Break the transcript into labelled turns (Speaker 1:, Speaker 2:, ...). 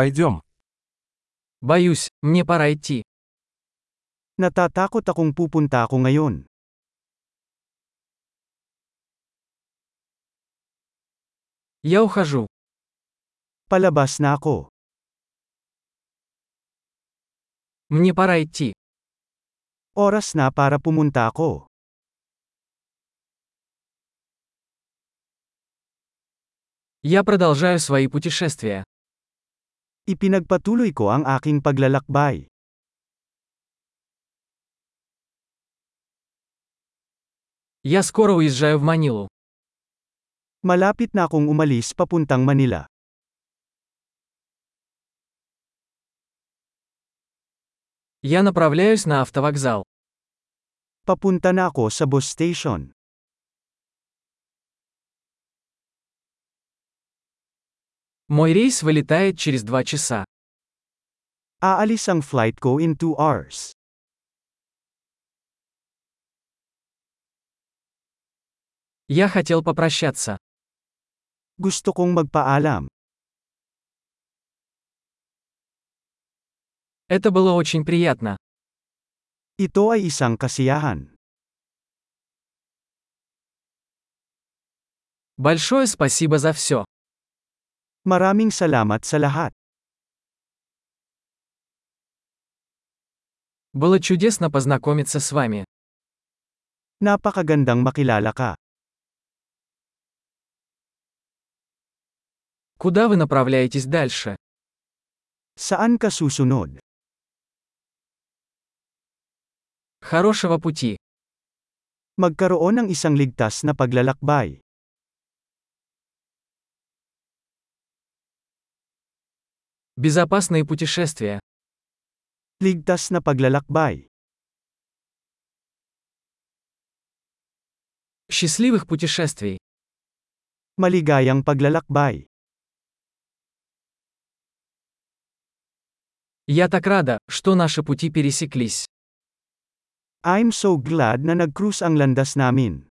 Speaker 1: Пойдем.
Speaker 2: Боюсь, мне пора идти.
Speaker 3: Natatakot akong pupunta ako ngayon.
Speaker 2: Я ухожу.
Speaker 3: Palabas na ako.
Speaker 2: Мне пора идти.
Speaker 3: Oras na para pumunta ako.
Speaker 2: Я продолжаю свои путешествия.
Speaker 3: Ipinagpatuloy ko ang aking paglalakbay.
Speaker 2: Я скоро уезжаю в Манилу.
Speaker 3: Malapit na akong umalis papuntang Manila.
Speaker 2: Я направляюсь на автовокзал.
Speaker 3: Papunta na ako sa bus station.
Speaker 2: Мой рейс вылетает через два часа.
Speaker 3: Aalis ang flight ko in 2 hours.
Speaker 2: Я хотел попрощаться.
Speaker 3: Gusto kong magpaalam.
Speaker 2: Это было очень приятно.
Speaker 3: Ito ay isang kasiyahan.
Speaker 2: Большое спасибо за все.
Speaker 3: Maraming salamat sa lahat.
Speaker 2: Было чудесно познакомиться с вами.
Speaker 3: Napakagandang makilala ka.
Speaker 2: Куда вы направляетесь дальше?
Speaker 3: Saan ka susunod?
Speaker 2: Хорошего пути.
Speaker 3: Magkaroon ng isang ligtas na paglalakbay.
Speaker 2: Безопасные путешествия.
Speaker 3: Ligtas na paglalakbay.
Speaker 2: Счастливых путешествий.
Speaker 3: Maligayang paglalakbay.
Speaker 2: Я так рада, что наши пути пересеклись.
Speaker 3: I'm so glad na nag-cruise ang landas namin.